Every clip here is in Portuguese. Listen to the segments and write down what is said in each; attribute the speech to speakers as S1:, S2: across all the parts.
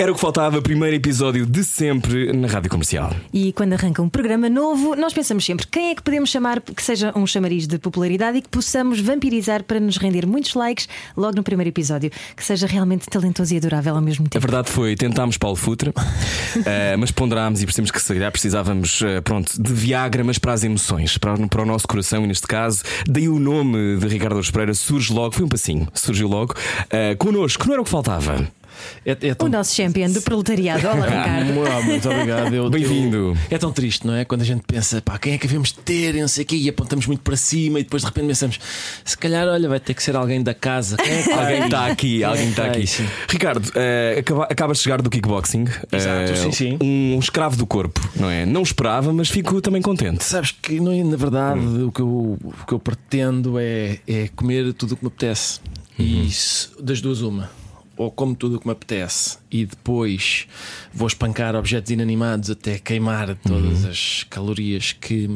S1: Era o que faltava, primeiro episódio de sempre na Rádio Comercial.
S2: E quando arranca um programa novo, nós pensamos sempre quem é que podemos chamar que seja um chamariz de popularidade e que possamos vampirizar para nos render muitos likes logo no primeiro episódio, que seja realmente talentoso e adorável ao mesmo
S1: A
S2: tempo.
S1: verdade foi, tentámos Paulo Futre, eh, mas ponderámos e percebemos que se calhar precisávamos eh, pronto, de Viagra, mas para as emoções, para, o- para o nosso coração e neste caso, daí o nome de Ricardo Aros Pereira surge logo, foi um passinho, surgiu logo, eh, connosco, não era o que faltava.
S3: É, é tão...
S2: O nosso champion do proletariado. Olá, Ricardo.
S3: Ah, muito obrigado. Eu-
S1: Bem-vindo.
S3: eu- É tão triste, não é? Quando a gente pensa, pá, quem é que devemos ter e não sei o quê, e apontamos muito para cima e depois de repente pensamos, se calhar, olha, vai ter que ser alguém da casa. Quem é que vai
S1: Alguém
S3: aí?
S1: está aqui, alguém está
S3: Ai,
S1: aqui.
S3: sim.
S1: Ricardo, eh, acaba, acabas de chegar do kickboxing.
S3: Exato,
S1: eh,
S3: sim, sim.
S1: Um escravo do corpo, não é? Não esperava, mas fico também contente.
S3: Sabes que não, é- na verdade
S1: Hum.
S3: o, que eu, o que eu pretendo é, é comer tudo o que me apetece.
S1: Uhum.
S3: E se- das duas, uma. Ou como tudo o que me apetece e depois vou espancar objetos inanimados até queimar todas
S1: Uhum.
S3: as calorias que,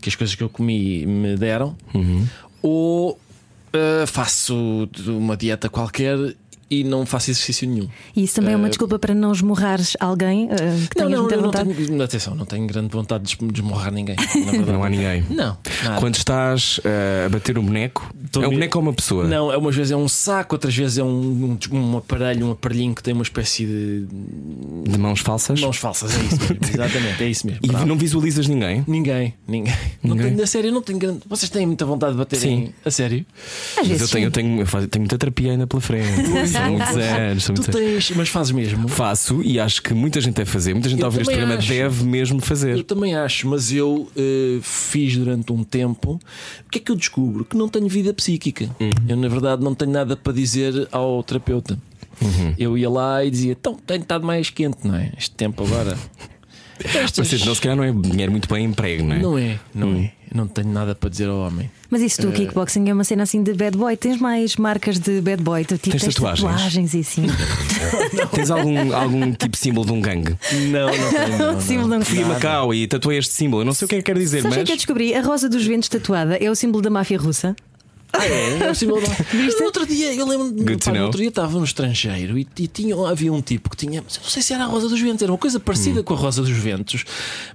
S3: que as coisas que eu comi me deram.
S1: Uhum.
S3: Ou ah, faço uma dieta qualquer e não faço exercício nenhum.
S2: E isso também é uma desculpa para não esmurrares alguém eh, que tenhas muita
S3: eu Ah. não
S2: vontade.
S3: tenho, atenção, não tenho grande vontade de esmo- de esmorrar ninguém. Na verdade,
S1: Não há ninguém.
S3: Não, nada.
S1: Quando estás eh, a bater um boneco,
S3: Tô
S1: é um
S3: me-
S1: boneco ou uma pessoa?
S3: Não, é umas vezes é um saco, outras vezes é um, um, um aparelho, um aparelhinho que tem uma espécie de
S1: De mãos falsas?
S3: mãos falsas, é isso mesmo. Exatamente, é isso mesmo.
S1: E
S3: Bravo.
S1: não visualizas ninguém?
S3: Ninguém, ninguém. Não
S1: Ninguém?
S3: tenho, a sério, não tenho grande. Vocês têm muita vontade de bater
S1: Sim.
S3: em- A sério?
S2: Às
S1: Mas
S2: vezes.
S1: eu tenho, eu
S2: sim.
S1: tenho, eu faço- tenho muita terapia ainda pela frente. São muitos anos, são
S3: Tu
S1: muitos anos.
S3: tens, mas fazes mesmo.
S1: Faço e acho que muita gente deve fazer. Muita gente
S3: Eu
S1: a ouvir este
S3: também
S1: programa
S3: acho.
S1: deve mesmo
S3: Eu
S1: fazer.
S3: também acho, mas eu eh, fiz durante um tempo. O que é que eu descubro? Que não tenho vida psíquica. Eu, na verdade, não tenho nada para dizer ao terapeuta. Eu ia lá e dizia: então, tenho estado mais quente, não é? Este tempo agora. Então,
S1: Ou
S3: Estas-
S1: seja, não, se calhar não é dinheiro muito bem emprego, não é?
S3: Não é, não é. Eu não tenho nada para dizer ao homem.
S2: Mas isso
S3: Ah.
S2: do kickboxing é uma cena assim de bad boy. Tens mais marcas de bad boy, tipo,
S1: Tens tatuagens?
S2: e assim.
S1: Tens algum, algum tipo de símbolo de um gangue?
S3: Não, não tenho.
S2: O símbolo não
S1: Fui a Macau e tatuei este símbolo. Eu não sei o que é que quer dizer,
S2: Sabes o que é
S1: mas.
S2: que eu descobri? A rosa dos ventos tatuada é o símbolo da máfia russa.
S3: Ah, é? É possível. Mas no outro dia, eu lembro-me,
S1: Good
S3: pá,
S1: to
S3: no
S1: know.
S3: outro dia estava no estrangeiro e, e tinha, havia um tipo que tinha, mas eu não sei se era a Rosa dos Ventos, era uma coisa parecida com a Rosa dos Ventos,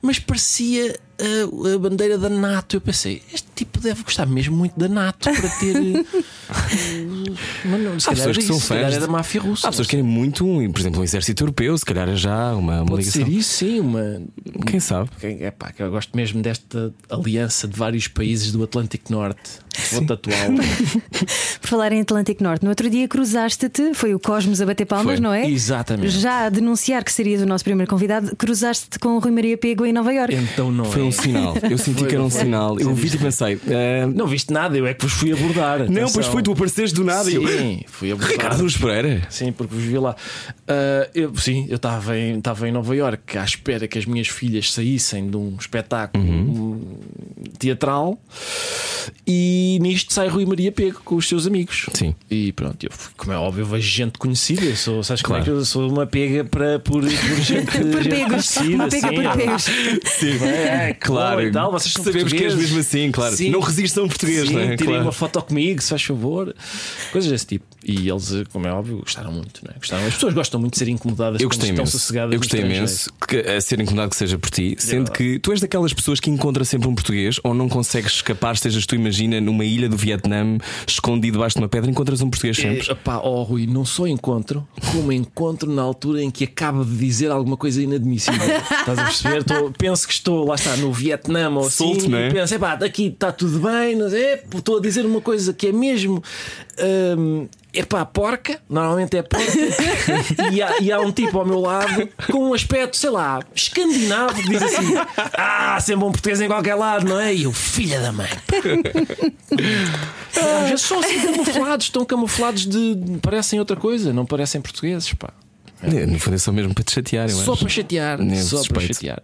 S3: mas parecia ah, a, bandeira da NATO. Eu pensei, este tipo deve gostar mesmo muito da NATO para ter. eh, mas não, se
S1: Há pessoas
S3: calhar era
S1: que são
S3: isso, se calhar
S1: fãs.
S3: era
S1: de-
S3: da máfia russa.
S1: Há pessoas que querem muito, um, por exemplo, um exército europeu, se calhar já uma, uma
S3: Pode
S1: ligação.
S3: ser isso, sim, uma,
S1: Quem sabe?
S3: Quem- epá, que eu gosto mesmo desta aliança de vários países do Atlântico Norte. Vou tatuá-la.
S2: Por falar em Atlântico Norte, no outro dia cruzaste-te, foi o Cosmos a bater palmas,
S1: Foi.
S2: não é?
S3: Exatamente.
S2: Já a denunciar que seria do nosso primeiro convidado, cruzaste-te com o Rui Maria Pego em Nova Iorque.
S3: Então não
S1: Foi
S3: é.
S1: um sinal. Eu senti que era um sinal. Eu vi e pensei. ah,
S3: Não viste nada, eu é que vos fui abordar.
S1: não,
S3: atenção.
S1: pois foi, tu apareceste do nada e eu.
S3: Sim, fui abordar.
S1: Ricardo Luz Pereira.
S3: Sim, porque vos vi lá. Ah, eu, sim, eu estava em, estava em Nova Iorque à espera que as minhas filhas saíssem de um espetáculo
S1: Uhum.
S3: hum, teatral e nisto sai Rui Maria Pego com os seus amigos.
S1: Sim.
S3: E pronto, eu, como é óbvio, eu vejo gente conhecida. Eu sou, sabes como é
S1: Claro.
S3: que eu sou uma pega para, por, por gente,
S2: Por
S3: gente
S2: pegos,
S3: conhecida.
S2: uma pega
S3: sim,
S2: por
S3: é-
S2: pegos.
S1: Sim,
S3: é,
S1: claro.
S3: bom e tal, vocês são
S1: Sabemos que és
S3: portugueses.
S1: mesmo assim, claro.
S3: Sim.
S1: Não resistam ao português,
S3: Sim,
S1: não é?
S3: tirem
S1: Claro.
S3: uma foto comigo, se faz favor. Coisas desse tipo. E eles, como é óbvio, gostaram muito, não é? Gostaram. As pessoas gostam muito de ser incomodadas
S1: Eu
S3: quando
S1: gostei
S3: estão
S1: imenso.
S3: sossegadas.
S1: Eu
S3: no
S1: gostei
S3: estrangeiro. É
S1: imenso que, a ser incomodado que seja por ti, sendo
S3: verdade.
S1: que tu és daquelas pessoas que encontra sempre um português ou não consegues escapar, estejas tu, imagina, numa ilha do Vietnã, escondido debaixo de uma pedra, encontras um português sempre.
S3: É, opá, oh Rui, não só encontro, como encontro na altura em que acaba de dizer alguma coisa inadmissível. Estás a perceber? Estou- penso que estou, lá está, no Vietnã ou assim,
S1: Solto, não é?
S3: e penso, epá, aqui está tudo bem, mas é, estou a dizer uma coisa que é mesmo. hum, Epá, porca, normalmente é porca, e, há, e há um tipo ao meu lado com um aspecto, sei lá, escandinavo, que diz assim: Ah, sempre um português em qualquer lado, não é? E eu, filha da mãe, às vezes são assim camuflados, estão camuflados de. parecem outra coisa, não parecem portugueses, pá.
S1: É, No fundo é só mesmo para te chatear, eu
S3: Só
S1: acho.
S3: para chatear,
S1: Nem
S3: só para
S1: suspeito.
S3: chatear.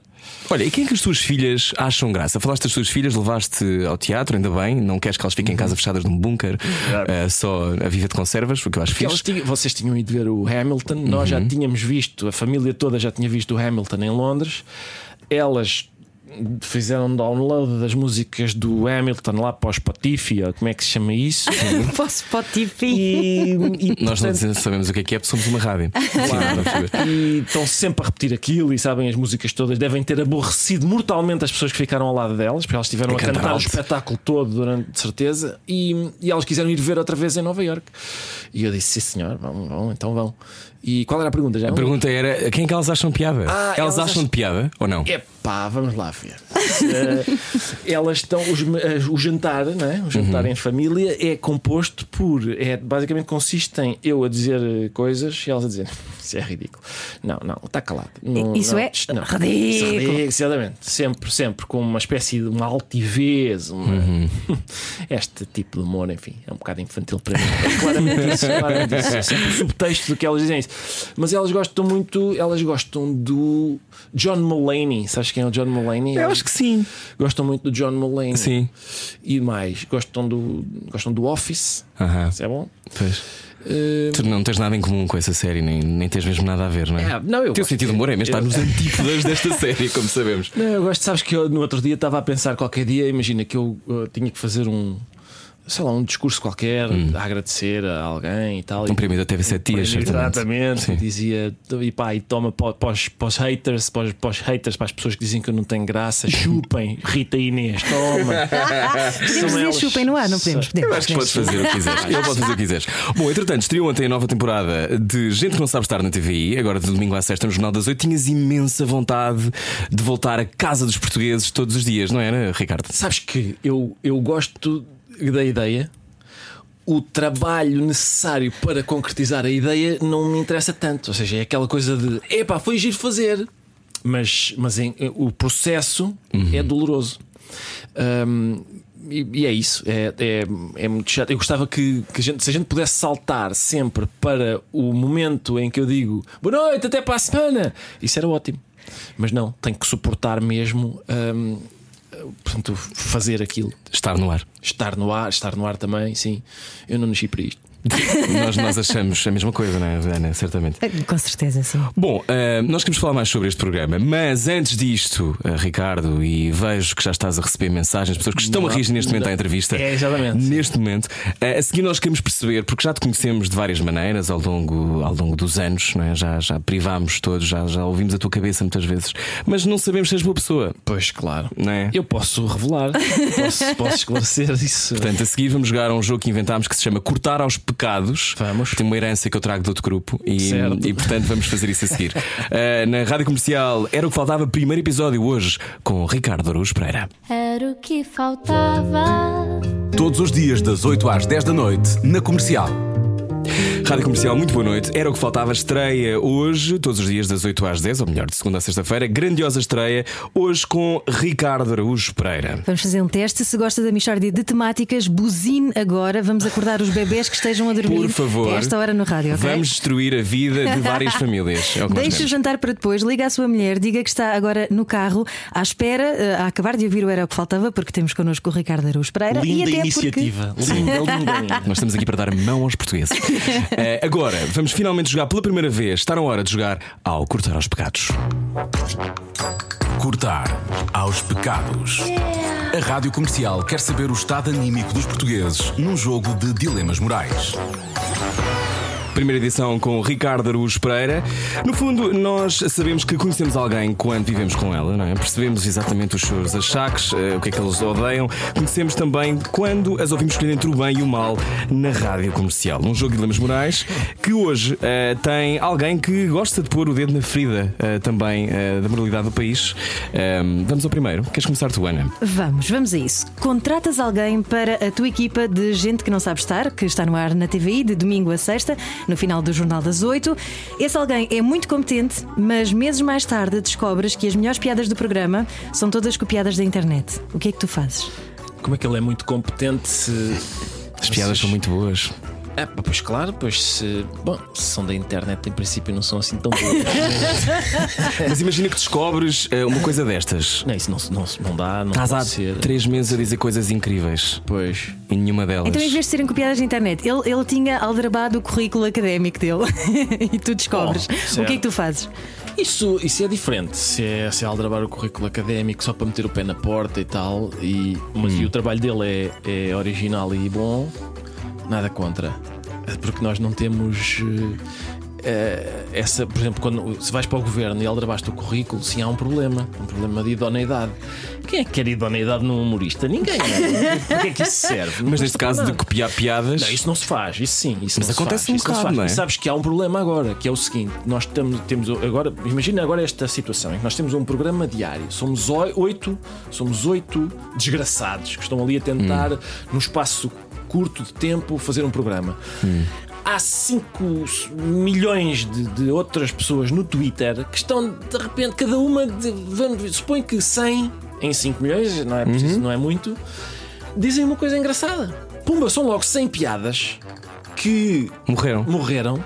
S1: Olha, e quem é que as tuas filhas acham graça? Falaste das tuas filhas, levaste ao teatro, ainda bem, não queres que elas
S3: Uhum.
S1: fiquem em casa fechadas num bunker, eh, só a viver de conservas, o que eu acho
S3: Porque elas
S1: fixe. Uhum.
S3: tinham- vocês tinham ido ver o Hamilton, nós já tínhamos visto, a família toda já tinha visto o Hamilton em Londres, elas fizeram um download das músicas do Hamilton lá para o Spotify, ou como é que se chama isso?
S2: Posso para o
S3: e,
S1: Nós
S3: e,
S1: não
S3: portanto,
S1: dizemos- sabemos o que é que é, porque somos uma rádio. Sim, não vamos saber.
S3: e estão sempre a repetir aquilo e sabem as músicas todas. Devem ter aborrecido mortalmente as pessoas que ficaram ao lado delas, porque elas estiveram
S1: A
S3: a,
S1: cantar
S3: cantar o
S1: alto.
S3: espetáculo todo, durante, de certeza. E, e elas quiseram ir ver outra vez em Nova York. E eu disse: Sim, senhor, vão, vão, então vão. E qual era a pergunta? Já
S1: A
S3: não
S1: pergunta era: a quem é que elas acham piada?
S3: Ah,
S1: elas,
S3: elas
S1: acham,
S3: acham- É.
S1: de piada ou não?
S3: Epá, vamos lá ver. Eh, elas estão. Os, eh, o jantar, né? o jantar em família é composto por. É, basicamente consiste em eu a dizer eh, coisas e elas a dizer isso é ridículo. Não, não, está calado. Não,
S2: Isso
S3: não,
S2: é
S3: isto não.
S2: ridículo.
S3: Isso é ridículo, Exatamente. Sempre, sempre com uma espécie de uma altivez. Uma...
S1: Uhum.
S3: este tipo de humor, enfim, é um bocado infantil para mim. É claramente isso, é claramente isso. É sempre o subtexto do que elas dizem isso. Mas elas gostam muito, elas gostam do John Mulaney. Sabes quem é o John Mulaney?
S1: Eu acho que sim.
S3: Gostam muito do John Mulaney.
S1: Sim.
S3: E mais, gostam do, gostam do Office.
S1: Aham.
S3: Isso é bom.
S1: Pois.
S3: Eh,
S1: Tu não tens nada em comum com essa série, nem, nem tens mesmo nada a ver, não é?
S3: É, não, eu
S1: O Teu
S3: gosto.
S1: sentido de humor é mesmo estar
S3: Eu-
S1: nos antípodas desta série, como sabemos.
S3: Não, eu gosto, sabes que eu no outro dia estava a pensar qualquer dia, imagina que eu eh, tinha que fazer um, sei lá, um discurso qualquer a agradecer a alguém e tal.
S1: Hum. Um
S3: e,
S1: prémio da TV7 Dias, certamente.
S3: Exatamente,
S1: Sim.
S3: dizia e pá, e toma pa- para os, para os haters, para os, para os haters, para as pessoas que dizem que eu não tenho graça, chupem, Rita Inês, toma. São
S2: Podemos dizer
S3: elas-
S2: chupem no ar, não podemos?
S1: Eu
S2: podemos
S1: acho que
S2: podemos.
S1: podes fazer o que quiseres. Eu posso fazer o que quiseres. Bom, entretanto, estreou ontem a nova temporada de Gente que não sabe estar na TVI, agora de domingo à sexta no Jornal das Oito. Tinhas imensa vontade de voltar à casa dos portugueses todos os dias, não era, Ricardo?
S3: Sabes que eu, eu gosto da ideia. O trabalho necessário para concretizar a ideia não me interessa tanto. Ou seja, é aquela coisa de epá, foi giro fazer. Mas, mas em- eh, o processo é doloroso. Hum, e, e é isso, é, é, é muito chato. Eu gostava que, que a gente- se a gente pudesse saltar sempre para o momento em que eu digo boa noite, até para a semana, isso era ótimo. Mas não, tenho que suportar mesmo hum, portanto, fazer aquilo,
S1: Estar no ar.
S3: estar no ar, estar no ar também, sim. Eu não nasci para isto.
S1: nós, nós achamos a mesma coisa, não é, Ana? Certamente.
S2: Com certeza, sim.
S1: Bom, ah, nós queremos falar mais sobre este programa, mas antes disto, ah, Ricardo, e vejo que já estás a receber mensagens, pessoas que estão a reagir neste momento à entrevista.
S3: É, exatamente.
S1: Neste momento, ah, a seguir nós queremos perceber, porque já te conhecemos de várias maneiras ao longo, ao longo dos anos, não é? já, já privámos todos, já, já ouvimos a tua cabeça muitas vezes, mas não sabemos se és boa pessoa,
S3: Pois, claro.
S1: não é?
S3: Eu posso revelar, posso, posso esclarecer isso.
S1: Portanto, a seguir vamos jogar a um jogo que inventámos que se chama Cortar aos Pecados.
S3: Vamos.
S1: Tem uma herança que eu trago de outro grupo e,
S3: Certo.
S1: e, portanto vamos fazer isso a seguir. Ah, na rádio comercial era o que faltava, primeiro episódio hoje com Ricardo Araújo Pereira.
S4: Era o que faltava.
S5: Todos os dias, das 8 às 10 da noite, na comercial.
S1: Rádio comercial, muito boa noite. Era o que faltava, estreia hoje, todos os dias das 8 às 10, ou melhor, de segunda a sexta-feira. Grandiosa estreia hoje com Ricardo Araújo Pereira.
S2: Vamos fazer um teste. Se gosta da mixórdia de temáticas, buzine agora. Vamos acordar os bebés que estejam a dormir.
S1: Por favor.
S2: a Esta hora no rádio, ok?
S1: Vamos destruir a vida de várias famílias. É o que nós
S2: Deixa o
S1: queremos.
S2: jantar para depois, liga à sua mulher, diga que está agora no carro, à espera, eh, a acabar de ouvir o Era o que Faltava, porque temos connosco o Ricardo Araújo Pereira. e
S3: Linda
S2: até
S3: iniciativa. Linda, linda, linda.
S1: Nós estamos aqui para dar a mão aos portugueses. Eh, agora, vamos finalmente jogar pela primeira vez. Está na hora de jogar ao Cortar aos Pecados.
S5: Cortar aos pecados. A rádio comercial quer saber o estado anímico dos portugueses num jogo de dilemas morais.
S1: Primeira edição com Ricardo Araújo Pereira. No fundo, nós sabemos que conhecemos alguém quando vivemos com ela, não é? Percebemos exatamente os seus achaques, eh, o que é que eles odeiam. Conhecemos também quando as ouvimos escolher entre o bem e o mal na rádio comercial. Um jogo de dilemas morais que hoje eh, tem alguém que gosta de pôr o dedo na ferida eh, também eh, da moralidade do país. Ehm, vamos ao primeiro. Queres começar tu, Ana?
S2: porque- Vamos, vamos a isso. Contratas alguém para a tua equipa de gente que não sabe estar, que está no ar na TVI, de domingo a sexta, no final do Jornal das Oito. Esse alguém é muito competente, mas meses mais tarde descobres que as melhores piadas do programa são todas copiadas da internet. O que é que tu fazes?
S3: Como é que ele é muito competente se.
S1: As piadas são muito boas.
S3: É, pá, pois claro, pois se. Bom, se são da internet, em princípio não são assim tão boas.
S1: Mas imagina que descobres eh, uma coisa destas.
S3: não, isso não, se- não, se- não dá, não
S1: Estás há
S3: pode ser.
S1: três meses a dizer coisas incríveis
S3: Pois.
S1: e nenhuma delas.
S2: Então, em vez de serem copiadas da internet, ele, ele tinha aldrabado o currículo académico dele e tu descobres.
S3: Oh,
S2: o
S3: certo.
S2: que é que tu fazes?
S3: Isso, isso é diferente. Se é, se é aldrabar o currículo académico só para meter o pé na porta e tal, e, mas e o trabalho dele é, é original e bom, nada contra. Porque nós não temos. eh, eh, essa, por exemplo, quando se vais para o governo e aldrabaste o currículo, sim há um problema, um problema de idoneidade. Quem é que quer idoneidade num humorista? Ninguém. né? Para que é que isso serve? Não
S1: Mas neste
S3: presta para
S1: caso de
S3: nada.
S1: copiar piadas.
S3: Não, isso não se faz, isso sim. Isso
S1: Mas
S3: não se
S1: acontece
S3: faz,
S1: um
S3: isso se
S1: bocado,
S3: faz.
S1: não é?
S3: E sabes que há um problema agora, que é o seguinte: nós temos, temos agora, imagina agora esta situação em que nós temos um programa diário, somos oi- oito, somos oito desgraçados que estão ali a tentar,
S1: Hum.
S3: num espaço curto de tempo, fazer um programa.
S1: Hum.
S3: Há 5 milhões de, de outras pessoas no Twitter que estão de repente, cada uma, de, vamos- suponho que 100 em 5 milhões, não é preciso, não é muito, dizem uma coisa engraçada. Pumba, são logo 100 piadas que
S1: Morreram.
S3: morreram.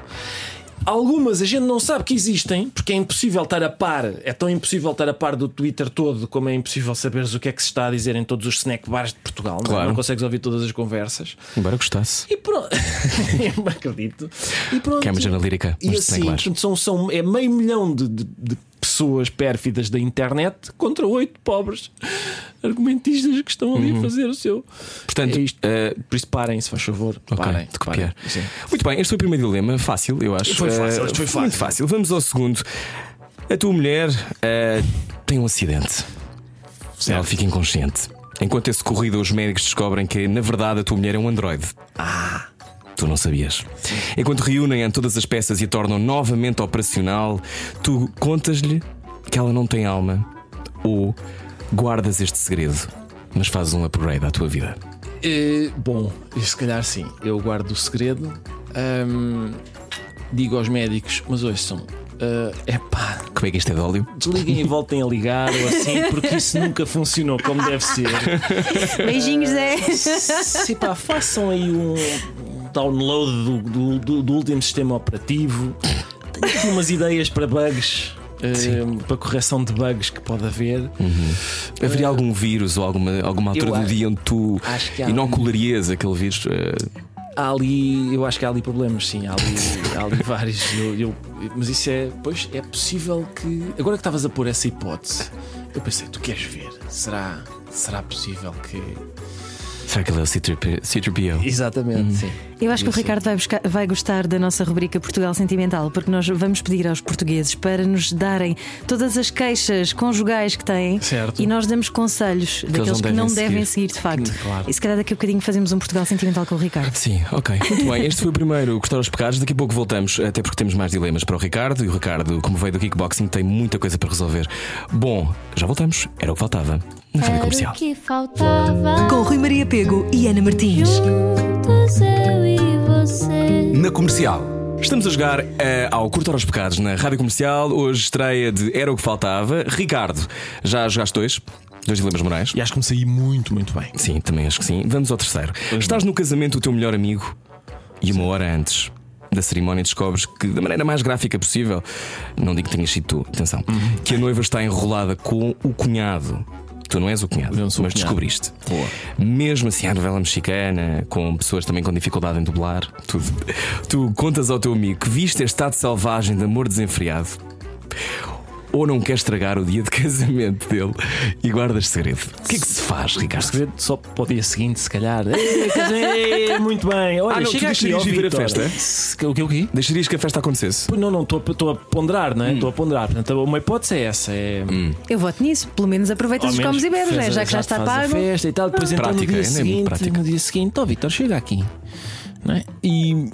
S3: Algumas a gente não sabe que existem, porque é impossível estar a par, é tão impossível estar a par do Twitter todo como é impossível saberes o que é que se está a dizer em todos os snack bars de Portugal. não é?
S1: Claro.
S3: Não consegues ouvir todas as conversas.
S1: Embora gostasse.
S3: E pronto. Eu não acredito. E pronto.
S1: Que é uma jornal lírica,
S3: E
S1: mas sem
S3: assim,
S1: glass.
S3: portanto, são, são, é meio milhão de, de- de pessoas pérfidas da internet contra oito pobres argumentistas que estão ali a fazer o seu.
S1: Uhum. Portanto,
S3: é isto.
S1: eh,
S3: Por isso parem, se faz favor.
S1: Ok,
S3: parem.
S1: de copiar.
S3: parem. Sim.
S1: Muito bem, este foi o primeiro dilema, fácil, eu acho.
S3: Foi fácil,
S1: Eh,
S3: este foi
S1: Muito fácil. Vamos ao segundo. A tua mulher eh, tem um acidente. Ela fica inconsciente. Enquanto esse corrido, os médicos descobrem que, na verdade, a tua mulher é um androide. Ah! Tu não sabias. Enquanto reúnem todas as peças e a tornam novamente operacional, tu contas-lhe que ela não tem alma ou guardas este segredo, mas fazes um upgrade à tua vida.
S3: Eh, bom, se calhar sim, eu guardo o segredo. Ahm, digo aos médicos, mas ouçam, é pá,
S1: Como é que isto é de óleo?
S3: desliguem e voltem a ligar ou assim, porque isso nunca funcionou como deve ser.
S2: Beijinhos, Zé.
S3: Se pá, façam aí um download do, do- do- do último sistema operativo. Tenho aqui umas ideias para bugs. ahm, para correção de bugs que pode haver,
S1: Haveria algum vírus ou alguma, alguma altura
S3: Eu
S1: do
S3: acho-
S1: dia onde tu
S3: acho que há
S1: inocularias aquele vírus? eh,
S3: há ali, eu acho que há ali problemas, sim, há ali, há ali vários. Eu- eu- mas isso é, pois, é possível que. Agora que estavas a pôr essa hipótese, eu pensei, tu queres ver? Será, será possível que.
S1: será que ele é o C3P- C3PO?
S3: Exatamente, sim.
S2: Eu acho que o
S3: Isso.
S2: Ricardo vai, buscar- vai gostar da nossa rubrica Portugal Sentimental, porque nós vamos pedir aos portugueses para nos darem todas as queixas conjugais que têm
S3: Certo.
S2: e nós damos conselhos daqueles
S1: não
S2: que não
S1: devem
S2: devem seguir, de facto.
S3: claro.
S2: E se calhar daqui a bocadinho fazemos um Portugal Sentimental com o Ricardo.
S1: Sim, ok. Muito bem, este foi o primeiro Gostar aos Pecados. Daqui a pouco voltamos, até porque temos mais dilemas para o Ricardo. E o Ricardo, como veio do kickboxing, tem muita coisa para resolver. Bom, já voltamos. Era o que faltava na Rádio
S4: Era
S1: É Comercial.
S4: o que faltava.
S6: Com Rui Maria Pego e Ana Martins.
S4: Juntos eu e você.
S5: Na comercial.
S1: Estamos a jogar eh, ao Cortar aos Pecados na Rádio Comercial. Hoje estreia de Era o que Faltava. Ricardo, já jogaste dois? Dois dilemas morais?
S3: E acho que me saí muito, muito bem.
S1: Sim, também acho que sim. Vamos ao terceiro. Estás no casamento do teu melhor amigo e uma hora antes da cerimónia descobres que, da maneira mais gráfica possível, não digo que tenhas sido tu, atenção,
S3: Uhum.
S1: que a noiva está enrolada com o cunhado. Tu não és o cunhado,
S3: Eu não
S1: mas
S3: sou o cunhado.
S1: descobriste. Mesmo assim, a novela mexicana, com pessoas também com dificuldade em dublar, tudo. Tu contas ao teu amigo que viste este estado selvagem de amor desenfreado ou não queres estragar o dia de casamento dele e guardas segredo. O que é que se faz, Ricardo?
S3: Segredo só para o dia seguinte, se calhar. Ei, quer dizer, eh, muito bem. Olha,
S1: Ah, não, tu
S3: chega aqui,
S1: deixarias
S3: ó,
S1: de ver a
S3: Vítor.
S1: festa, é?
S3: Se- O que, o quê?
S1: Deixarias que a festa acontecesse?
S3: Não, não, estou a- estou a ponderar,
S1: Hum.
S3: não é? Estou a ponderar. Portanto, uma hipótese é essa. É,
S2: Eu voto nisso, pelo menos aproveitas
S3: Ao
S2: os
S3: menos
S2: comes e bebes,
S3: fez-
S2: né? já que já
S3: exato,
S2: está
S3: faz a
S2: pago.
S3: festa e tal, depois então no
S1: Prática,
S3: dia
S1: é, não é muito
S3: seguinte,
S1: prática.
S3: no dia seguinte, ó Vitor, chega aqui, não é? E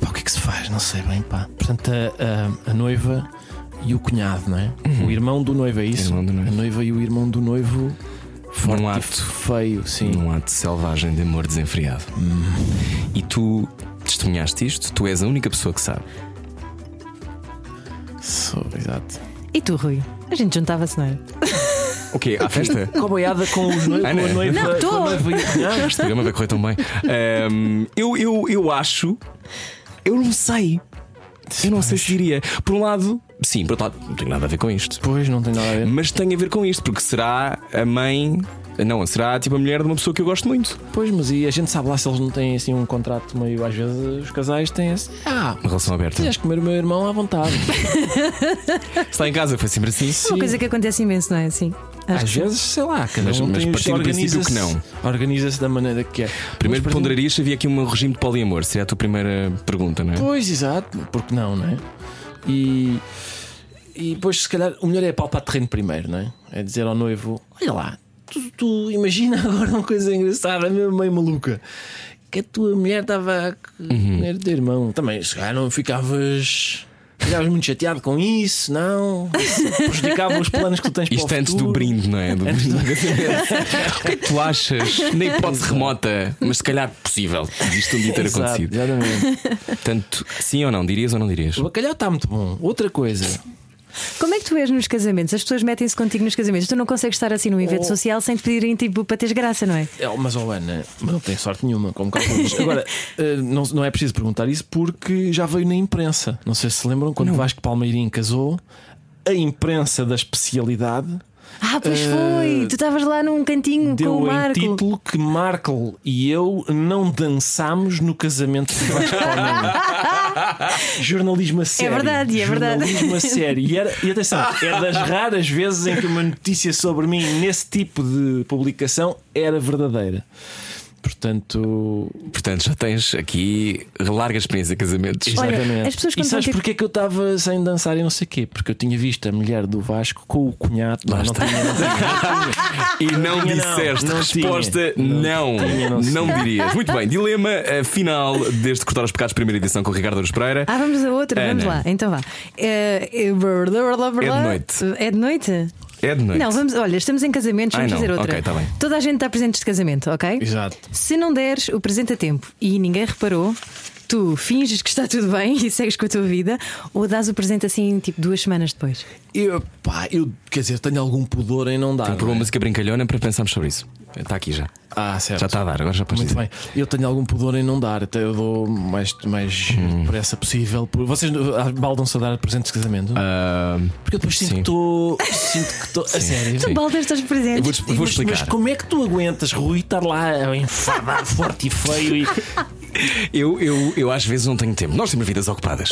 S3: pá, o que é que se faz? Não sei bem, pá. Portanto, a, a- a noiva e o cunhado, não é? O irmão do noivo, é isso?
S1: Uhum. Irmão do noivo.
S3: A noiva e o irmão do noivo, forte
S1: Num
S3: e
S1: ato,
S3: feio, sim.
S1: num ato selvagem de amor desenfreado. E tu testemunhaste isto, tu és a única pessoa que sabe.
S3: Sou- exato.
S2: E tu, Rui? A gente juntava-se, não é?
S1: O quê? À festa?
S3: Com a boiada com, os noivo,
S1: Ana.
S3: com a noiva,
S2: Não,
S3: com a
S2: tô.
S3: noiva e o cunhado.
S1: Ah, este programa vai correr tão bem. Ahm, eu, eu, eu acho. Eu não sei. Eu não sei se diria. Por um lado, sim, por outro lado, não tenho nada a ver com isto.
S3: Pois, não tem nada a ver.
S1: Mas tem a ver com isto, porque será a mãe Não, será tipo a mulher de uma pessoa que eu gosto muito.
S3: Pois, mas e a gente sabe lá se eles não têm assim um contrato meio. Às vezes os casais têm assim. Ah,
S1: Uma relação aberta.
S3: quiseres comer o meu irmão à vontade.
S1: Está em casa, foi sempre assim.
S2: É uma coisa que acontece imenso, não é assim? Acho
S3: Às
S2: que-
S3: vezes, sei lá, cada
S1: Mas-
S3: um
S1: mas
S3: tem os-
S1: partindo do princípio que
S3: organiza-se- Organiza-se da maneira que é.
S1: Primeiro
S3: Mas, por exemplo,
S1: ponderaria se havia aqui um regime de poliamor. Seria a tua primeira pergunta, não é?
S3: Pois, exato, porque não, não é? E, e depois, se calhar, o melhor é palpar terreno primeiro, não é? É dizer ao noivo: Olha lá, tu, tu imagina agora uma coisa engraçada, mesmo meio maluca. Que a tua mulher estava a
S1: Uhum.
S3: comer o teu irmão. Também, se calhar, não ficavas. Ficavas muito chateado com isso, não? Isso prejudicava os planos que tu tens para
S1: Isto
S3: o
S1: antes do
S3: futuro.
S1: brinde, não é? Do brinde. o que é que tu achas? Na hipótese remota, mas se calhar possível, disto um dia ter
S3: Exato,
S1: acontecido.
S3: Exatamente.
S1: Portanto, sim ou não? Dirias ou não dirias?
S3: O bacalhau está muito bom. Outra coisa,
S2: Como é que tu és nos casamentos? As pessoas metem-se contigo nos casamentos. Tu não consegues estar assim num evento
S3: Oh.
S2: social sem te pedirem tipo para teres graça, não é?
S3: É, mas oh Ana, mas não tem sorte nenhuma, como calculas. Agora, eh, não, não é preciso perguntar isso porque já veio na imprensa. Não sei se se lembram, quando Vasco Palmeirim casou, a imprensa da especialidade
S2: Ah, pois
S3: Eh,
S2: foi! Tu estavas lá num cantinho com
S3: deu
S2: o
S3: em
S2: Marco.
S3: título que Markle e eu não dançámos no casamento de Vasco Palmeirim. Jornalismo a sério.
S2: verdade, é verdade.
S3: Jornalismo a sério. E, era, e atenção, era das raras vezes em que uma notícia sobre mim nesse tipo de publicação era verdadeira. Portanto,
S1: Portanto, já tens aqui larga experiência de casamentos.
S2: Olha, as pessoas
S3: e
S2: quando
S3: sabes
S2: vão ter-
S3: porque é que eu estava sem dançar e não sei o quê? Porque eu tinha visto a mulher do Vasco com o cunhado. Não,
S1: Lá
S3: não
S1: está.
S3: tinha, não tinha.
S1: E não
S3: tinha, não.
S1: disseste
S3: Não tinha.
S1: resposta, não.
S3: tinha, não
S1: Não dirias. Muito bem, dilema eh, final deste Cortar os Pecados, primeira edição com o Ricardo Aros Pereira.
S2: Ah, vamos a outra, vamos
S1: Ana.
S2: lá. Então vá. Eh, eh, blá, blá, blá, blá.
S1: É de noite.
S2: É de noite?
S1: É de noite.
S2: Não, vamos, olha, estamos em casamentos,
S1: Ai, não.
S2: vamos fazer outra.
S1: Ok, tá bem.
S2: Toda a gente está presente de casamento, ok?
S3: Exato.
S2: Se não deres o presente a tempo e ninguém reparou, tu finges que está tudo bem e segues com a tua vida, ou dás o presente assim, tipo, duas semanas depois.
S3: Eu, pá, eu, quer dizer, tenho algum pudor em não dar.
S1: Tem que pôr uma
S3: não é?
S1: música brincalhona para pensarmos sobre isso. Está aqui já.
S3: Ah, certo.
S1: Já está a dar, agora já podes
S3: Muito
S1: dizer.
S3: bem. Eu tenho algum pudor em não dar, até eu dou mais, mais depressa possível. Vocês ah, baldam-se a dar presentes de casamento?
S1: Ah,
S3: Porque eu depois sinto
S1: sim.
S3: que estou. Sinto que estou. A sério.
S1: Sim.
S2: Tu baldas estes
S1: Eu
S2: presentes.
S1: vou, vou
S3: Mas-
S1: explicar.
S3: Mas como é que tu aguentas, Rui, estar lá a enfadar forte e feio e.
S1: Eu, eu, eu às vezes não tenho tempo. Nós temos vidas ocupadas.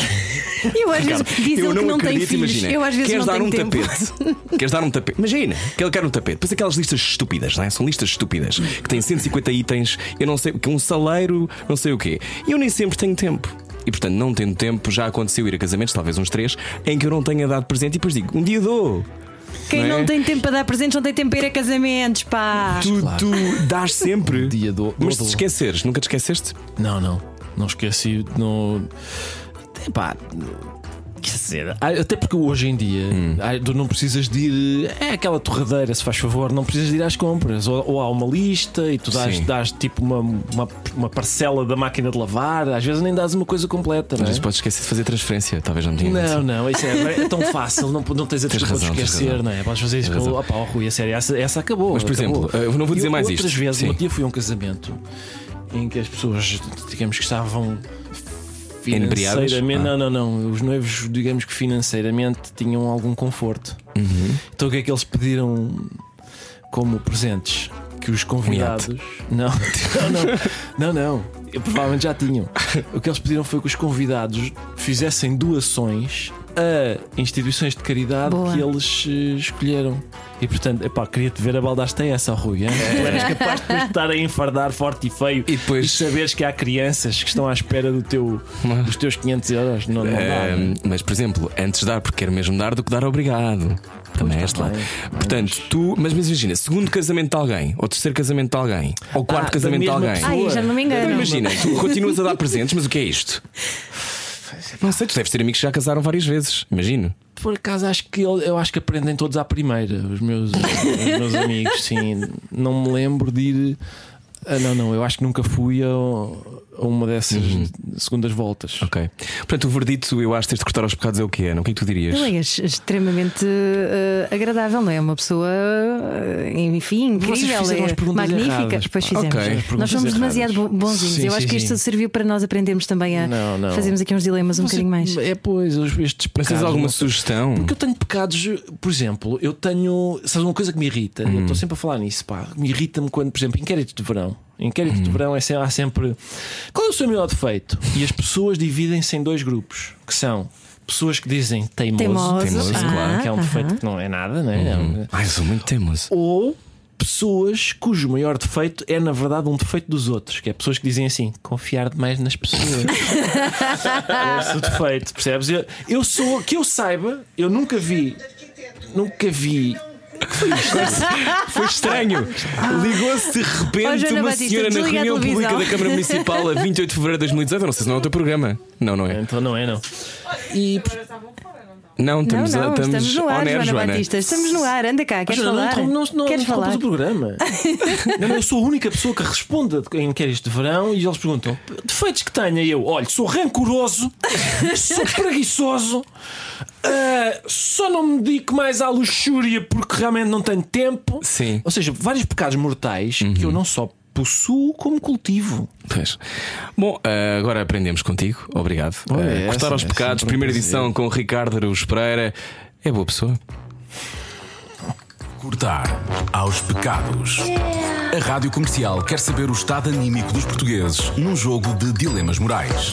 S2: Eu às vezes
S1: Ricardo,
S2: diz
S1: eu não
S2: ele que não tem
S1: acredito,
S2: filhos.
S1: imagina.
S2: Eu às vezes
S1: Queres
S2: não
S1: dar
S2: tenho
S1: um
S2: tempo.
S1: tapete? Queres dar um tapete? Imagina, que ele quer um tapete. Depois aquelas listas estúpidas, não é? São listas estúpidas que têm 150 itens, eu não sei, que um saleiro, não sei o quê. E eu nem sempre tenho tempo. E portanto, não tendo tempo, já aconteceu ir a casamentos, talvez uns três, em que eu não tenha dado presente e depois digo, um dia dou.
S2: Quem
S1: Não é?
S2: não tem tempo para dar presentes não tem tempo para ir a casamentos, pá.
S1: Tu, tu dás sempre.
S3: Um dia dou-
S1: Mas se
S3: dou,
S1: te
S3: dou.
S1: esqueceres, nunca te esqueceste?
S3: Não, não. Não esqueci. Não. Epá. Quer dizer, ah, até porque hoje em dia
S1: Hum.
S3: ah, tu não precisas de ir. É aquela torradeira, se faz favor, não precisas de ir às compras. Ou, ou há uma lista e tu dás,
S1: Sim.
S3: dás, tipo uma, uma, uma parcela da máquina de lavar, às vezes nem dás uma coisa completa.
S1: Às
S3: não é?
S1: vezes podes esquecer de fazer transferência, talvez já me tinha
S3: Não,
S1: acontecido.
S3: não, isso é, é tão fácil, não, não tens a
S1: Tens
S3: desculpa de
S1: razão, tens
S3: esquecer,
S1: razão.
S3: não é? Podes fazer isso
S1: Tens
S3: pelo.
S1: razão.
S3: Opá, oh, Rui, a sério, essa, essa acabou.
S1: Mas, por
S3: acabou.
S1: exemplo, eu não vou dizer
S3: Eu,
S1: mais
S3: outras
S1: isto.
S3: vezes,
S1: Sim.
S3: um dia fui a um casamento em que as pessoas, digamos que estavam.
S1: Inebriadas?
S3: Financeiramente,
S1: Ah.
S3: não, não, não. Os noivos, digamos que financeiramente, tinham algum conforto.
S1: Uhum.
S3: Então o que é que eles pediram como presentes? Que os convidados. Não, não, não, não, não. Eu provavelmente já tinham. O que eles pediram foi que os convidados fizessem doações a instituições de caridade
S2: Boa.
S3: que eles eh, escolheram. E portanto, epá, queria-te ver a baldaste tem essa, Rui. hein? Tu eras capaz de depois estar a enfardar forte e feio
S1: E depois-
S3: saberes que há crianças que estão à espera do teu, dos teus 500 euros. Não, não dá, não é?
S1: Ahm, Ehm, mas, por exemplo, antes de dar, porque quero mesmo dar do que dar obrigado. Também é este lá.
S3: bem,
S1: Portanto, tu, mas, mas imagina, segundo casamento de alguém, ou terceiro casamento de alguém, ou quarto
S3: Ah, da
S1: casamento de
S3: mesma
S1: alguém.
S3: pessoa.
S2: Ai, já não me
S1: Então
S2: engano.
S1: imagina, tu continuas a dar presentes, mas o que é isto? Não sei, tu deves ter amigos que já casaram várias vezes, imagino.
S3: Por acaso acho que eu, eu acho que aprendem todos à primeira, os meus, os meus amigos, sim. Não me lembro de ir Ah, não, não, eu acho que nunca fui a, a uma dessas segundas voltas.
S1: Uhum. Ok. Portanto, o verdito, eu acho, tens de cortar aos pecados é o que é, não? O que é que tu dirias?
S2: Não é ex- extremamente eh, agradável, não é? Uma pessoa, eh, enfim,
S3: Vocês
S2: incrível,
S3: fizeram as
S2: é
S3: perguntas
S2: magnífica.
S3: erradas, pá.
S2: Pois fizemos.
S1: Ok.
S3: As perguntas
S2: Nós somos demasiado bo-
S3: erradas.
S2: bonzinhos.
S3: Sim,
S2: Eu acho
S3: sim,
S2: que
S3: sim.
S2: isto serviu para nós aprendermos também a
S3: Não, não.
S2: fazermos aqui uns dilemas um
S3: Você-
S2: bocadinho mais.
S3: É, pois, os- estes
S1: Mas
S3: pecados
S1: tens alguma
S3: não-
S1: sugestão?
S3: Porque eu tenho pecados, por exemplo, eu tenho. Sabes uma coisa que me irrita? Eu estou sempre a falar nisso, pá. Me irrita-me quando, por exemplo, inquéritos de verão. Inquéritos de verão é sempre, há sempre. Qual é o seu melhor defeito? E as pessoas dividem-se em dois grupos, que são pessoas que dizem teimoso,
S2: Teimoso,
S1: Teimoso, claro. Uhum.
S3: que é um
S2: aham.
S3: defeito que não é nada, não é? É um-
S1: Ai, sou muito teimoso.
S3: ou pessoas cujo maior defeito é, na verdade, um defeito dos outros, que é pessoas que dizem assim: confiar demais nas pessoas. é esse o defeito, percebes? Eu, eu sou, que eu saiba, eu nunca vi, nunca vi.
S1: Foi estranho. Ligou-se de
S2: Oh,
S1: repente
S2: Joana
S1: uma
S2: Batista,
S1: senhora na
S2: desliga a
S1: reunião
S2: televisão.
S1: pública da Câmara Municipal a 28 de fevereiro de 2018. Eu não sei se não é o teu programa. Não, não é.
S3: Então não é, não.
S1: Não, estamos,
S2: não,
S1: a-
S2: não,
S1: estamos,
S2: estamos no ar,
S1: on air,
S2: Joana,
S1: Joana.
S2: Batista. Estamos no ar, anda cá, queres
S3: Mas, Ana,
S2: falar?
S3: não, interrom- não, não
S2: queres
S3: interrompas
S2: falar?
S3: o programa. não, não, eu sou a única pessoa que responde a inquéritos de verão e eles perguntam: defeitos que tenho? E eu, olha, sou rancoroso, sou preguiçoso, ah, só não me dedico mais à luxúria porque realmente não tenho tempo.
S1: Sim.
S3: Ou seja, vários pecados mortais que eu não só possuo, como cultivo.
S1: Pois. Bom, eh, agora aprendemos contigo. Obrigado.
S3: Olha,
S1: Eh,
S3: essa,
S1: Cortar aos
S3: essa,
S1: Pecados,
S3: foi um
S1: primeira
S3: prazer.
S1: edição com o Ricardo Araújo Pereira. É boa pessoa.
S5: Cortar aos pecados. A Rádio Comercial quer saber o estado anímico dos portugueses num jogo de dilemas morais.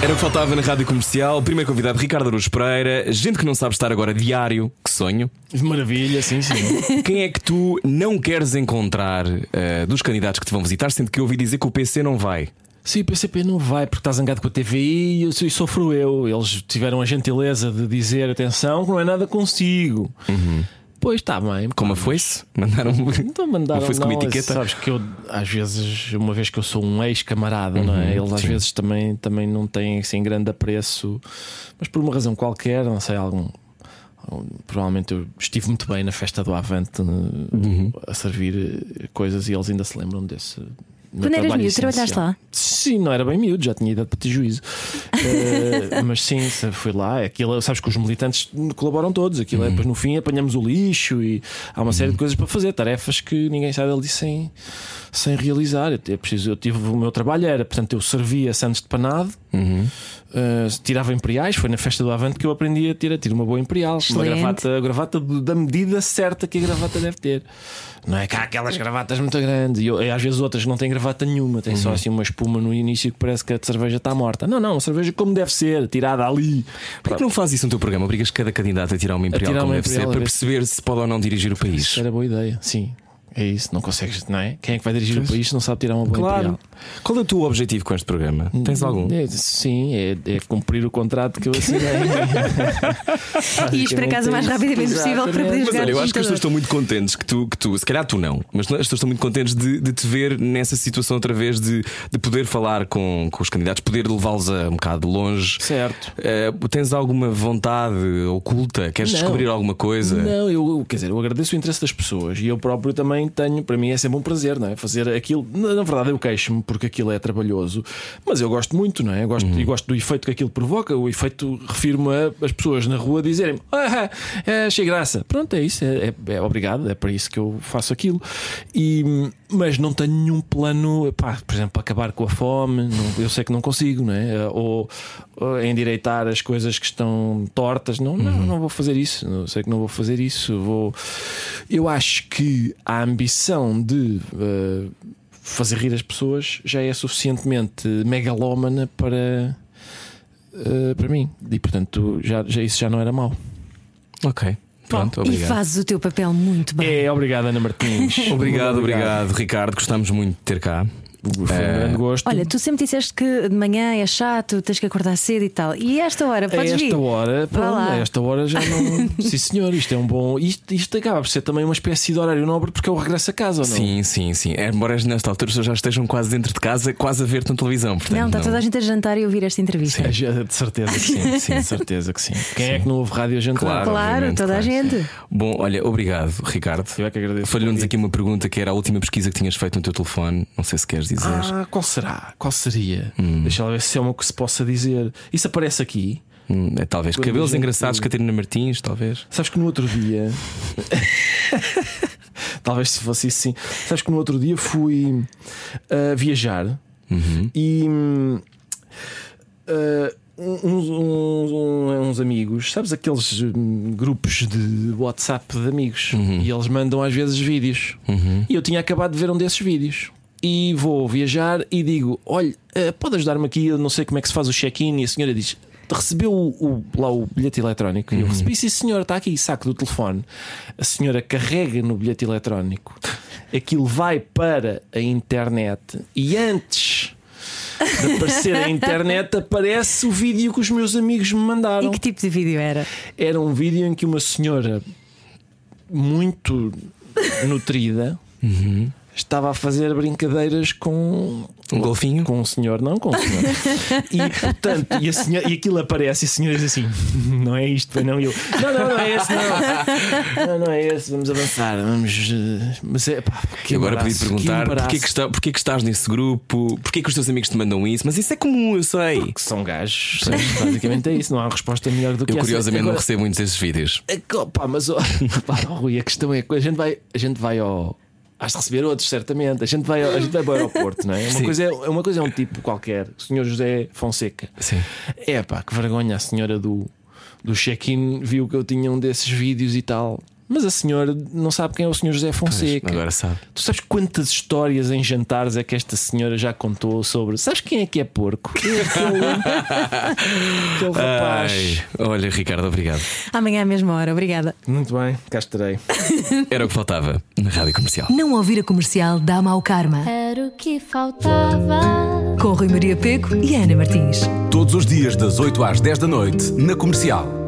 S1: Era o que faltava na rádio comercial. Primeiro convidado, Ricardo Araújo Pereira. Gente que não sabe estar agora diário, que sonho.
S3: Maravilha, sim, sim.
S1: Quem é que tu não queres encontrar eh, dos candidatos que te vão visitar, sendo que eu ouvi dizer que o PC não vai?
S3: Sim, o PCP não vai porque está zangado com a TVI e eu- e sofro eu. Eles tiveram a gentileza de dizer: atenção, que não é nada consigo. Pois está bem.
S1: Uhum. Como a
S3: pá,
S1: foi-se? Mandaram um-
S3: Então mandaram
S1: Uma foice com
S3: não,
S1: etiqueta?
S3: Sabes que eu, às vezes, uma vez que eu sou um ex-camarada, não
S1: Uhum,
S3: é? Eles às vezes também, também não têm assim grande apreço, mas por uma razão qualquer, não sei, algum. algum- Provavelmente eu estive muito bem na festa do Avante né,
S1: Uhum.
S3: a servir eh, coisas e eles ainda se lembram desse. meu
S2: Quando eras
S3: trabalho
S2: miúdo, trabalhaste
S3: essencial.
S2: lá?
S3: Sim, não era bem miúdo, já tinha idade para ter juízo. Eh, mas sim, se- fui lá. Aquilo, sabes que os militantes colaboram todos. Aquilo é, depois no fim apanhamos o lixo e há uma série de coisas para fazer, tarefas que ninguém sai dali sem, sem realizar. Eu, é preciso, eu tive o meu trabalho, era, portanto, eu servia Santos de Panado, eh, tirava imperiais. Foi na festa do Avante que eu aprendi a tirar, tiro uma boa imperial, uma
S2: Excelente.
S3: gravata, a gravata do- da medida certa que a gravata deve ter. Não é que há aquelas gravatas muito grandes e, eu- e às vezes outras que não têm gravata nenhuma, tem só assim uma espuma no início que parece que a cerveja está morta. Não, não, a cerveja como deve ser, tirada ali.
S1: Porquê que não fazes isso no teu programa? Obrigas cada candidato a tirar uma imperial
S3: tirar
S1: como
S3: uma
S1: deve ser
S3: imperial,
S1: para
S3: a ver.
S1: perceber se pode ou não dirigir o país.
S3: Isso era boa ideia, sim. É isso, não consegues, não é? Quem é que vai dirigir o país se não sabe tirar uma boa imperial?
S1: Qual é o teu objetivo com este programa? Tens algum?
S3: É, sim, é, é cumprir o contrato que eu assinei.
S2: E isto, por acaso, o mais rapidamente possível para poder
S1: Mas
S2: jogar
S1: olha, eu acho que as
S2: computador.
S1: pessoas estão muito contentes que tu, que tu, se calhar tu não, mas as pessoas estão muito contentes de, de te ver nessa situação outra vez de, de poder falar com, com os candidatos, poder levá-los a um bocado longe.
S3: Certo.
S1: Eh, tens alguma vontade oculta? Queres
S3: Não.
S1: descobrir alguma coisa?
S3: Não, eu, eu- quer dizer, eu agradeço o interesse das pessoas e eu próprio também tenho, para mim é sempre um prazer, não é? Fazer aquilo, na, na verdade eu queixo-me porque aquilo é trabalhoso, mas eu gosto muito, não é? Eu gosto, E gosto do efeito que aquilo provoca, o efeito, refiro-me a as pessoas na rua dizerem ah, é, achei graça. Pronto, é isso, é, é- é obrigado, é para isso que eu faço aquilo. E, mas não tenho nenhum plano, pá, por exemplo, acabar com a fome, não- eu sei que não consigo, não é? Ou, ou endireitar as coisas que estão tortas, não, não, não vou fazer isso, não, sei que não vou fazer isso. Vou... Eu acho que a ambição de eh, fazer rir as pessoas já é suficientemente megalómana para. eh, para mim, e portanto já, já- isso já não era mau.
S1: Ok. Pronto,
S2: E
S1: obrigado.
S2: fazes o teu papel muito bem.
S3: É, obrigado, Ana Martins.
S1: Obrigado, obrigado, Ricardo. Gostámos muito de ter cá. Eh,
S3: Foi um grande gosto.
S2: Olha, tu sempre disseste que de manhã é chato, tens que acordar cedo e tal. E a esta hora,
S3: a
S2: podes
S3: esta
S2: vir.
S3: hora,
S2: Vá
S3: pronto,
S2: lá.
S3: a esta hora já não. Sim, senhor, isto é um bom. Isto, isto acaba por ser também uma espécie de horário nobre porque é o regresso a casa, ou não?
S1: Sim, sim, sim. É, Embora nesta altura as pessoas já estejam quase dentro de casa, quase a ver-te na televisão. Portanto,
S3: tá
S2: Não, está toda a gente a jantar e ouvir esta entrevista.
S3: É, já- De certeza que sim, sim, de certeza que sim. Quem é que não ouve rádio a gente
S1: Claro,
S2: Claro,
S1: obviamente,
S2: toda
S1: claro.
S2: a gente.
S1: Bom, olha, obrigado, Ricardo.
S3: Eu é que agradeço o
S1: Falhou-nos
S3: convite.
S1: aqui uma pergunta que era a última pesquisa que tinhas feito no teu telefone. Não sei se queres dizer.
S3: Ah, qual será? Qual seria?
S2: Hum.
S3: Deixa lá ver se é uma que se possa dizer. Isso aparece aqui.
S1: Hum, é, talvez
S3: Quando a
S1: cabelos
S3: gente-
S1: engraçados, Catarina Martins, talvez.
S3: Sabes que no outro dia. Talvez se fosse isso, sim. Sabes que no outro dia fui ah, viajar
S2: Uhum.
S3: e. hum, ah, um- uns, uns- um- uns amigos, sabes aqueles hum, grupos de WhatsApp de amigos e eles mandam às vezes vídeos. E eu tinha acabado de ver um desses vídeos. E vou viajar e digo: Olha, ah, pode ajudar-me aqui? Eu não sei como é que se faz o check-in. E a senhora diz: Recebeu o, o- lá o bilhete eletrónico? E eu recebi, sim, senhora, está aqui, saco do telefone. A senhora carrega no bilhete eletrónico, aquilo vai para a internet e antes de aparecer a internet, aparece o vídeo que os meus amigos me
S2: E
S3: mandaram.
S2: que tipo de vídeo era?
S3: Era um vídeo em que uma senhora muito nutrida estava a fazer brincadeiras com.
S1: Um golfinho?
S3: Com um senhor, não com um senhor. E portanto, e, a senhora, e aquilo aparece e a senhora diz assim: Não é isto, pois não? E eu: Não, não, não é esse, não. Não, não é esse, vamos avançar. Vamos. eh, Mas é pá, que
S1: Eu agora podia
S3: embaraço,
S1: perguntar
S3: que
S1: porquê que,
S3: embaraço.
S1: está, porquê que estás nesse grupo, porquê que os teus amigos te mandam isso, mas isso é comum, eu sei.
S3: que são gajos. Basicamente é isso, não há resposta melhor do que
S1: Eu
S3: essa.
S1: curiosamente não
S3: Agora,
S1: recebo muitos desses vídeos.
S3: é que, opá, mas ó, pá, ó, Rui, a questão é que a gente vai, a gente vai ao. Hás de receber outros, certamente. A gente vai, ao- a gente vai para o aeroporto, não é? Uma
S1: Sim.
S3: coisa é, uma coisa é um tipo qualquer. O senhor José Fonseca.
S1: Sim.
S3: É pá, que vergonha a senhora do, do check-in viu que eu tinha um desses vídeos e tal. Mas a senhora não sabe quem é o senhor José Fonseca.
S1: Agora sabe.
S3: Tu sabes quantas histórias em jantares é que esta senhora já contou sobre. Sabes quem é que é porco? É aquele, aquele rapaz.
S1: Ai, olha, Ricardo, obrigado.
S2: Amanhã à mesma hora, obrigada.
S3: Muito bem, cá estarei.
S1: Era o que faltava na rádio comercial.
S6: Não ouvir a comercial dá mau karma.
S4: Era o que faltava.
S6: Com Rui Maria Peco e Ana Martins.
S5: Todos os dias das 8 às 10 da noite na Comercial.